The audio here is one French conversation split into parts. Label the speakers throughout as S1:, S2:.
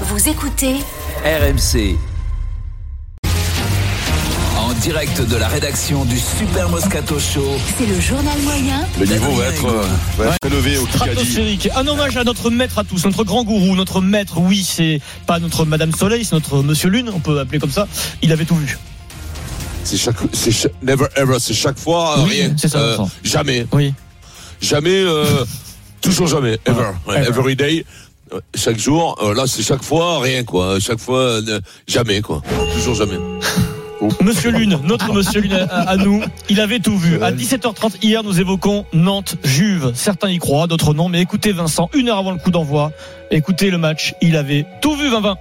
S1: Vous écoutez
S2: RMC. En direct de la rédaction du Super Moscato Show.
S1: C'est le journal moyen
S3: Le niveau va être, euh, va être élevé au Kikadi.
S4: Stratosphérique. Un hommage à notre maître à tous, notre grand gourou, notre maître, oui, c'est pas notre Madame Soleil, c'est notre Monsieur Lune, on peut appeler comme ça. Il avait tout vu.
S3: C'est chaque, c'est cha- never ever, c'est chaque fois, euh,
S4: Oui,
S3: rien.
S4: c'est ça,
S3: Euh,
S4: Vincent.
S3: jamais,
S4: Oui.
S3: jamais, euh, toujours jamais, ever,
S4: Ouais, ever.
S3: every day. euh, Chaque jour, euh, là c'est chaque fois rien quoi, chaque fois euh, jamais quoi, toujours jamais.
S4: Monsieur Lune, notre Monsieur Lune à, à nous, il avait tout vu. À 17h30 hier, nous évoquons Nantes, Juve. Certains y croient, d'autres non. Mais écoutez Vincent, une heure avant le coup d'envoi, écoutez le match, il avait tout vu, 20
S5: Moi,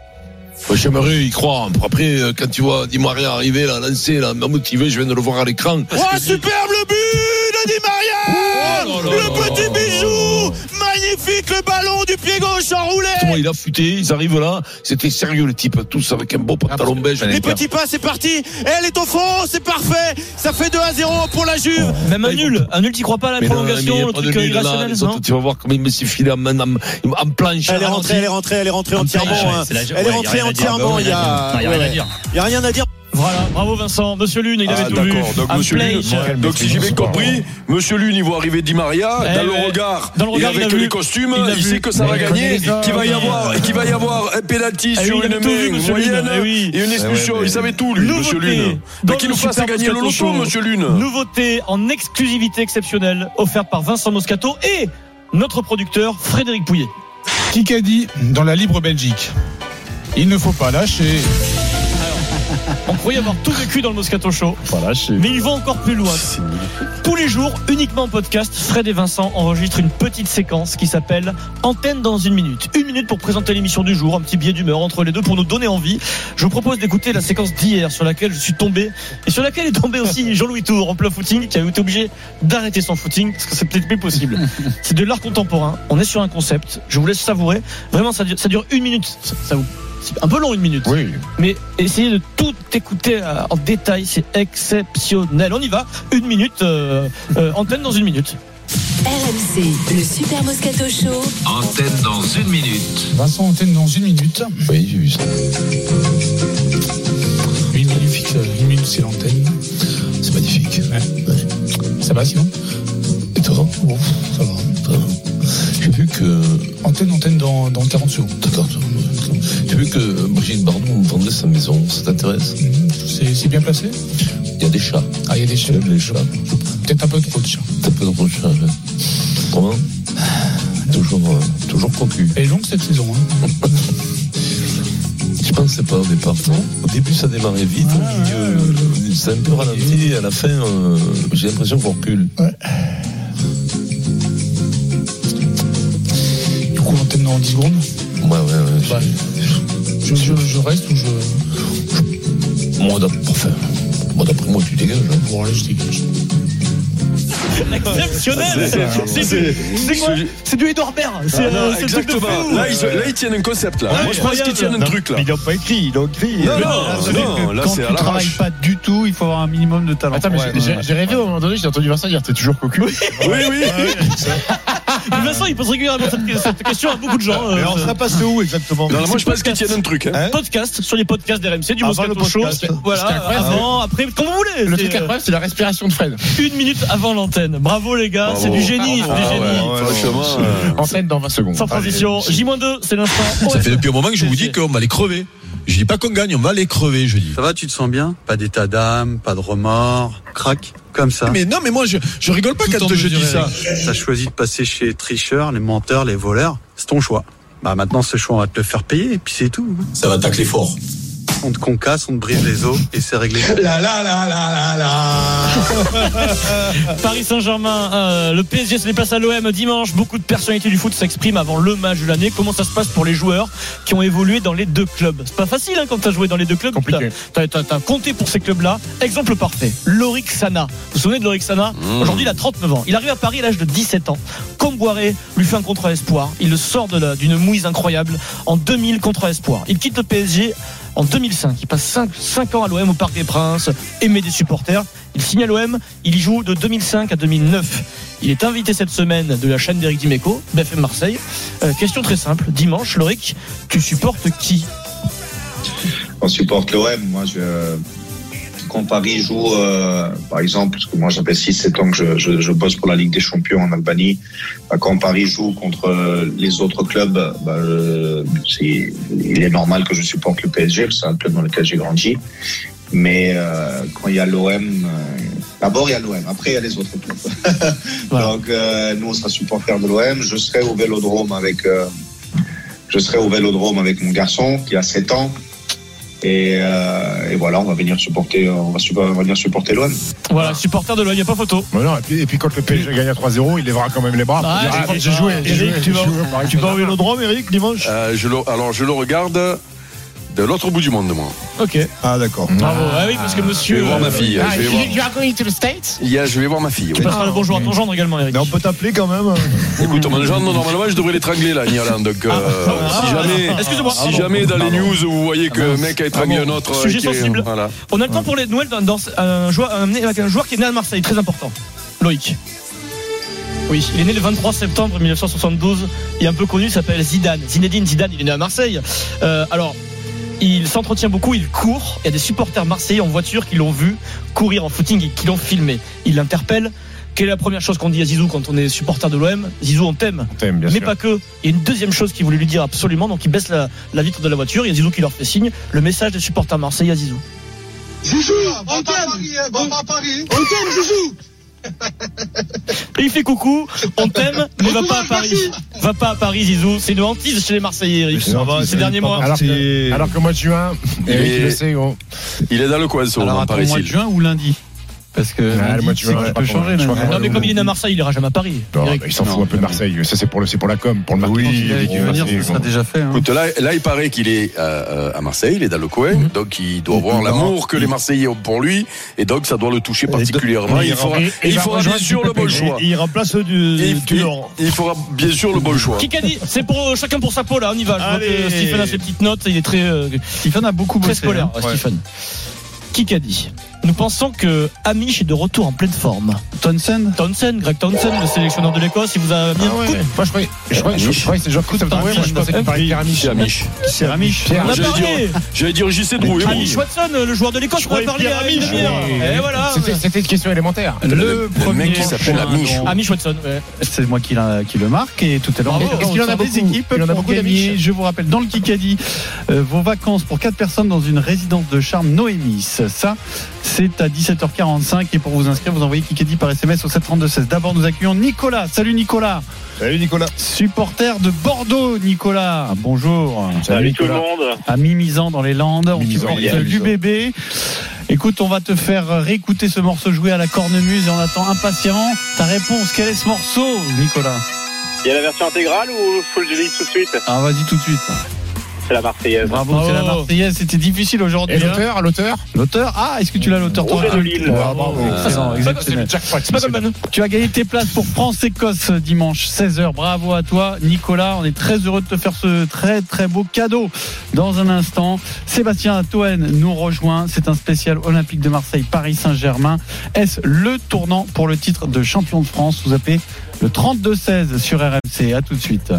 S5: J'aimerais y croire. Après, euh, quand tu vois Di Maria arriver, la lancer, la m'a motivé, je viens de le voir à l'écran.
S6: Oh, superbe le but de Di Maria
S5: Oh là là
S6: Le
S5: là
S6: petit
S5: là
S6: bijou Magnifique le ballon du pied gauche
S5: Comment
S6: enroulé
S5: il a futé, ils arrivent là. C'était sérieux, les types, tous avec un beau pantalon beige.
S6: Les petits pas, c'est parti Elle est au fond, c'est parfait Ça fait 2 à 0 pour la Juve
S4: Même un nul, un nul, t'y crois pas à la
S5: Mais non, mais il
S4: prolongation,
S5: y a
S4: le
S5: pas de
S4: truc euh,
S5: nul, là.
S4: irrationnel,
S5: Les
S4: non
S5: autres, Tu vas voir comment il me s'est filé en, main, en, en planche.
S7: Eh,
S6: Elle est rentrée, elle est rentrée, elle est rentrée entièrement. hein. Elle est rentrée entièrement, il y a... Bah, ouais, Il y a rien à dire.
S4: Voilà, bravo Vincent, Monsieur Lune, il avait
S3: Ah,
S4: tout vu.
S3: d'accord. Donc,
S4: Un
S3: Monsieur
S4: play,
S3: Lune, Donc si j'ai bien compris, Monsieur Lune il voit arriver Di Maria
S4: Eh
S3: dans
S4: ouais.
S3: le regard,
S4: Dans le regard,
S3: et avec
S4: il a
S3: les
S4: vu.
S3: costumes,
S4: Il a
S3: il,
S4: vu.
S3: sait que ça
S4: Mais
S3: va
S4: il
S3: gagner,
S4: connaît ça,
S3: qu'il va y
S4: oui.
S3: avoir, qu'il va y avoir un penalty
S4: Eh oui,
S3: sur
S4: il a
S3: une
S4: tout vu,
S3: main
S4: Monsieur Lune,
S3: moyenne
S4: eh oui.
S3: et une expulsion. Il savait tout lui, Monsieur Lune.
S4: dans
S3: Mais qu'il
S4: le
S3: nous fasse
S4: Super
S3: gagner le
S4: Moscato
S3: loto,
S4: Show.
S3: Monsieur Lune.
S4: Nouveauté en exclusivité exceptionnelle offerte par Vincent Moscato et notre producteur Frédéric Pouillet.
S8: Kikadi dans la libre Belgique. Il ne faut pas lâcher.
S4: On croyait avoir tout vécu dans le Moscato Show, mais il va encore plus loin. Tous les jours, uniquement en podcast, Fred et Vincent enregistrent une petite séquence qui s'appelle Antenne dans une minute. Une minute pour présenter l'émission du jour, un petit biais d'humeur entre les deux pour nous donner envie. Je vous propose d'écouter la séquence d'hier sur laquelle je suis tombé et sur laquelle est tombé aussi Jean-Louis Tour en plein footing qui a été obligé d'arrêter son footing parce que c'est peut-être plus possible. C'est de l'art contemporain. On est sur un concept. Je vous laisse savourer. Vraiment, ça dure, ça dure une minute. Ça, ça vous- c'est un peu long une minute.
S8: Oui.
S4: Mais essayez de tout écouter euh, en détail, c'est exceptionnel. On y va, une minute, euh, euh, antenne dans une minute.
S1: RMC, le Super Moscato Show.
S2: Antenne dans une minute.
S8: Vincent Antenne dans une minute.
S5: Oui, j'ai vu ça.
S8: Une minute fixe, une minute c'est l'antenne.
S5: C'est magnifique.
S8: Ça va sinon
S5: Et toi
S8: Bon, ça va.
S5: J'ai vu que.
S8: Antenne, antenne dans, dans 40 secondes.
S5: D'accord. J'ai vu que Brigitte Bardot vendait sa maison. Ça t'intéresse
S8: Mhm. C'est c'est bien placé
S5: Il y a des chats.
S8: Ah, il y a des chats.
S5: J'aime les chats.
S8: Peut-être un peu trop de chats.
S5: T'as peu dans ton chat. là. Comment Toujours, euh, toujours cocu.
S8: Elle est longue cette saison. Hein.
S5: Je pensais pas au départ. Au début, ça démarrait vite. au milieu, euh, c'est un peu ralenti. Et à la fin, euh, j'ai l'impression qu'on recule.
S8: Du coup, antenne dans 10 secondes.
S5: Ouais, ouais, ouais.
S8: Je, je- je reste ou je.
S5: Moi, d'après, enfin, moi, d'après moi, tu dégages. hein.
S8: Bon, allez, je dégage.
S4: Exceptionnel C'est du- c'est quoi C'est du Edouard Baird C'est
S3: Ah,
S4: euh,
S3: non,
S4: c'est le truc de
S3: exactement.
S4: fou.
S3: Là, ils, là, ils tiennent un concept, là.
S4: euh, Ouais,
S3: Moi, je pense
S4: incroyable.
S3: qu'ils tiennent un truc, là.
S9: Mais ils n'ont pas écrit, ils l'ont écrit. Mais
S3: Non, non,
S9: c'est
S3: non,
S9: vrai que
S3: là,
S9: quand
S3: c'est à
S9: tu
S3: l'arrache.
S9: travailles pas du tout, il faut avoir un minimum de talent.
S8: Attends, mais j'ai- j'ai- j'ai
S9: rêvé au moment donné, j'ai entendu Vincent dire T'es toujours cocu.
S3: Oui, oui.
S4: Mais Vincent, il pose régulièrement cette, cette question à beaucoup de gens. euh,
S9: Mais on sera passé où exactement
S3: Non, là, moi, je pense qu'ils
S4: podcast.
S3: tiennent un truc. Hein.
S4: euh, Podcast sur les podcasts d'RMC du
S9: Avant
S4: Moscato
S9: le podcast.
S4: Show. Voilà,
S9: C'était incroyable.
S4: avant, après, quand vous voulez.
S9: Le
S4: c'est,
S9: truc
S4: euh,
S9: incroyable, c'est la respiration de Fred.
S4: une minute avant l'antenne. Bravo les gars, c'est du génie, c'est du
S3: Ah,
S4: génie.
S3: ouais, franchement. euh,
S9: En scène dans 20 secondes.
S4: Sans transition, J-2, c'est l'instant.
S7: Ça fait depuis un moment que je vous
S4: C'est-
S7: dis qu'on va les crever. Je dis pas qu'on gagne, on va les crever, je dis.
S10: Ça va, tu te sens bien Pas d'état d'âme, pas de remords, crac, comme ça.
S7: Mais non, mais moi je, je rigole pas quand je dis ça.
S10: T'as choisi de passer chez les tricheurs, les menteurs, les voleurs, c'est ton choix. Bah maintenant ce choix on va te le faire payer et puis c'est tout.
S7: Ça va tacler fort.
S10: On te concasse, on te brise les os et c'est réglé.
S4: Paris Saint-Germain, euh, le PSG se déplace à l'OM dimanche. Beaucoup de personnalités du foot s'expriment avant le match de l'année. Comment ça se passe pour les joueurs qui ont évolué dans les deux clubs C'est pas facile hein, quand t'as joué dans les deux clubs.
S9: Compliqué.
S4: T'as, t'as- t'as compté pour ces clubs-là. Exemple parfait. Lorik Sana. Vous vous souvenez de Lorik Sana Aujourd'hui, il a 39 ans. Il arrive à Paris à l'âge de 17 ans. Comboiré lui fait un contrat espoir. Il le sort de la- d'une mouise incroyable en 2000 contrat espoir. Il quitte le PSG en 2005. Il passe 5, ans à l'OM au Parc des Princes, aimé des supporters. Il signe à l'OM, il y joue de 2005 à 2009. Il est invité cette semaine de la chaîne d'Éric Dimeco, BFM Marseille. Euh, question très simple. Dimanche, Loric, tu supportes qui
S5: on supporte l'OM. Moi, je, quand Paris joue, euh, par exemple, parce que moi j'avais 6-7 ans que je, je, je bosse pour la Ligue des Champions en Albanie, bah, quand Paris joue contre euh, les autres clubs, bah, euh, c'est- il est normal que je supporte le PSG, parce que c'est un club dans lequel j'ai grandi. Mais euh, quand il y a l'OM, d'abord il y a l'OM, après il y a les autres clubs. Donc euh, nous, on sera supporters de l'OM. Je serai au Vélodrome avec, euh, je serai au Vélodrome avec mon garçon qui a 7 ans. Et, euh, et voilà, on va venir supporter, on va, suppo- on va venir supporter E. l'OM.
S4: Voilà, supporter de l'OM, il n'y a pas photo.
S8: et, puis, et puis quand le PSG gagne à 3-0, il lèvera quand même les bras.
S4: Ah,
S8: Il dira,
S4: Eric,
S8: j'ai joué, j'ai
S4: Eric,
S8: joué,
S4: tu
S8: j'ai
S4: vas-
S8: joué, Paris
S4: tu vas au
S8: Saint-Germain.
S4: vélodrome, Eric, dimanche
S3: Euh, je le, alors je le regarde de l'autre bout du monde, moi.
S4: Ok.
S8: Ah d'accord.
S4: Bravo. Ah oui, parce que
S3: Je
S4: monsieur. euh,
S3: vais voir ma fille.
S8: Ah,
S3: je, vais
S8: you-
S3: voir.
S8: you are going to the States
S3: Il y a- je vais voir ma fille.
S4: Tu
S3: oui.
S4: passeras le bonjour à ton gendre également, Eric.
S6: Mais on peut t'appeler quand même.
S3: Écoute, mon genre, normalement, je devrais l'étrangler là, Nialan. Donc, euh,
S4: Ah,
S3: si jamais,
S4: excusez-moi.
S3: si jamais dans les news vous voyez que le mec a étranglé un autre, euh,
S4: Sujet
S3: qui est-
S4: sensible.
S3: voilà.
S4: On a le temps pour les Noël dans, dans un, joueur, un- avec un joueur qui est né à Marseille, très important. Loïc. Oui, il est né le 23 septembre 1972. Il est un peu connu, il s'appelle Zidane. Zinedine Zidane, il est né à Marseille. Euh, alors, il s'entretient beaucoup, il court. Il y a des supporters marseillais en voiture qui l'ont vu courir en footing et qui l'ont filmé. Il l'interpelle. Quelle est la première chose qu'on dit à Zizou quand on est supporter de l'OM Zizou, on t'aime.
S8: On t'aime, bien
S4: Mais
S8: sûr.
S4: pas que. Il y a une deuxième chose qu'il voulait lui dire absolument. Donc il baisse la, la vitre de la voiture. Il y a Zizou qui leur fait signe. Le message des supporters marseillais à Zizou. Et il fait coucou. On t'aime, mais va pas à Paris. Va pas à Paris, Zizou. C'est une hantise chez les Marseillais, Eric. Ah bah,
S8: C'est une hantise,
S4: Ces derniers mois.
S8: Alors que, alors que mois de juin,
S3: Il
S8: Eric,
S3: est-
S8: il le sait, oh. gros.
S3: Il est dans le coin, ce
S10: Alors
S3: moment,
S10: attends, mois de
S3: paraît-il.
S10: juin ou lundi Parce que
S8: Ah, le mois
S10: lundi,
S8: de juin,
S10: c'est que
S8: je
S10: je peux
S8: sais pas
S10: changer.
S8: comment-
S10: lundi.
S8: je sais
S4: Non, mais comme il est né à Marseille, il ira jamais à Paris.
S8: Non,
S4: Eric.
S8: bah, il s'en fout
S10: Non,
S8: un peu de
S10: non.
S8: Marseille. Ça, c'est pour, le- c'est pour la com, pour le marketing.
S10: Il avait dû
S8: Bon,
S10: venir,
S8: Marseille,
S10: ce sera
S8: bon.
S10: déjà fait. hein.
S3: Écoute, là, là, il paraît qu'il est euh, euh, à Marseille, il est dans le coin, donc il doit voir l'amour que les Marseillais ont pour lui, et donc ça doit le toucher particulièrement. Il fera,
S6: Et-
S3: il
S6: va
S3: fera bien
S6: rejoindre
S3: sûr le bon choix.
S6: Et il remplace du,
S3: Il,
S6: du Laurent.
S3: il- il fera bien sûr le bon choix.
S4: Qui qu'a dit C'est pour euh, chacun pour sa peau là, on y va. Je vois
S6: Allez.
S4: que Stephen a ses petites notes, il est très euh,
S10: Stephen a beaucoup
S4: très
S10: bossé.
S4: scolaire,
S10: hein.
S4: Stephen. Qui qu'a dit Nous pensons que Amish est de retour en pleine forme.
S10: Thompson
S4: Townsend, Greg Townsend, le sélectionneur de l'Écosse, il vous a mis
S8: Ah
S4: un
S8: ouais.
S4: coup de
S8: Moi, je croyais, je croyais, je croyais que c'est Jean-Claude, ça me
S4: Ah, Putain,
S8: parlait. Moi, je pensais qu'il parlait de Pierre Amiche.
S3: C'est Amiche.
S10: C'est Ramiche.
S8: Pierre
S4: On a
S3: j'allais
S4: parlé
S3: J'allais dire JC Drouet. moi.
S4: Amish Watson, le joueur de l'Écosse, on a parlé à Amish. Et voilà
S8: C'était- C'était une question élémentaire.
S3: Le,
S10: Le
S3: le mec qui
S10: premier
S3: s'appelle
S10: point,
S3: Amiche.
S10: donc.
S4: Amish Watson, ouais.
S10: C'est moi qui, l'a- qui le marque et tout à l'heure.
S4: Bravo.
S10: Est-ce qu'il y en a
S4: On sort
S10: des
S4: beaucoup.
S10: équipes
S4: Il y en a
S10: pour
S4: beaucoup
S10: gagner
S4: d'Amish.
S10: Je vous rappelle, dans le Kikadi, euh, vos vacances pour 4 personnes dans une résidence de charme Noémis. Ça, c'est à 17h45 et pour vous inscrire, vous envoyez Kikadi par SMS au 732-16. D'abord, nous accueillons Nicolas. Salut Nicolas,
S8: Salut, Nicolas.
S10: supporter de Bordeaux. Nicolas, bonjour.
S8: Salut,
S10: Nicolas. à Mimizan dans les Landes. On
S8: Mimizan,
S10: supporte
S8: il y a Mimizan.
S10: l'UBB. Écoute, on va te faire réécouter ce morceau joué à la cornemuse et on attend impatient ta réponse. Quel est ce morceau, Nicolas
S11: Il y a la version intégrale ou faut que je lise tout de suite
S10: Ah, vas-y tout de suite.
S11: C'est la Marseillaise.
S10: Bravo,
S4: Bravo.
S10: c'est la Marseillaise. C'était difficile
S8: Et
S10: aujourd'hui. hein.
S8: l'auteur, l'auteur
S10: L'auteur Ah, est-ce que tu l'as l'auteur toi
S11: Roger de Lille.
S10: Ah, bravo, excellent, exceptionnel.
S8: jackpot.
S4: C'est pas comme Manu.
S10: Tu as gagné tes places pour France-Écosse dimanche 16h. Bravo à toi, Nicolas. On est très heureux de te faire ce très très beau cadeau dans un instant. Sébastien Toen nous rejoint. C'est un spécial Olympique de Marseille, Paris Saint-Germain. Est-ce le tournant pour le titre de champion de France Vous appelez le 32-16 sur RMC. À tout de suite.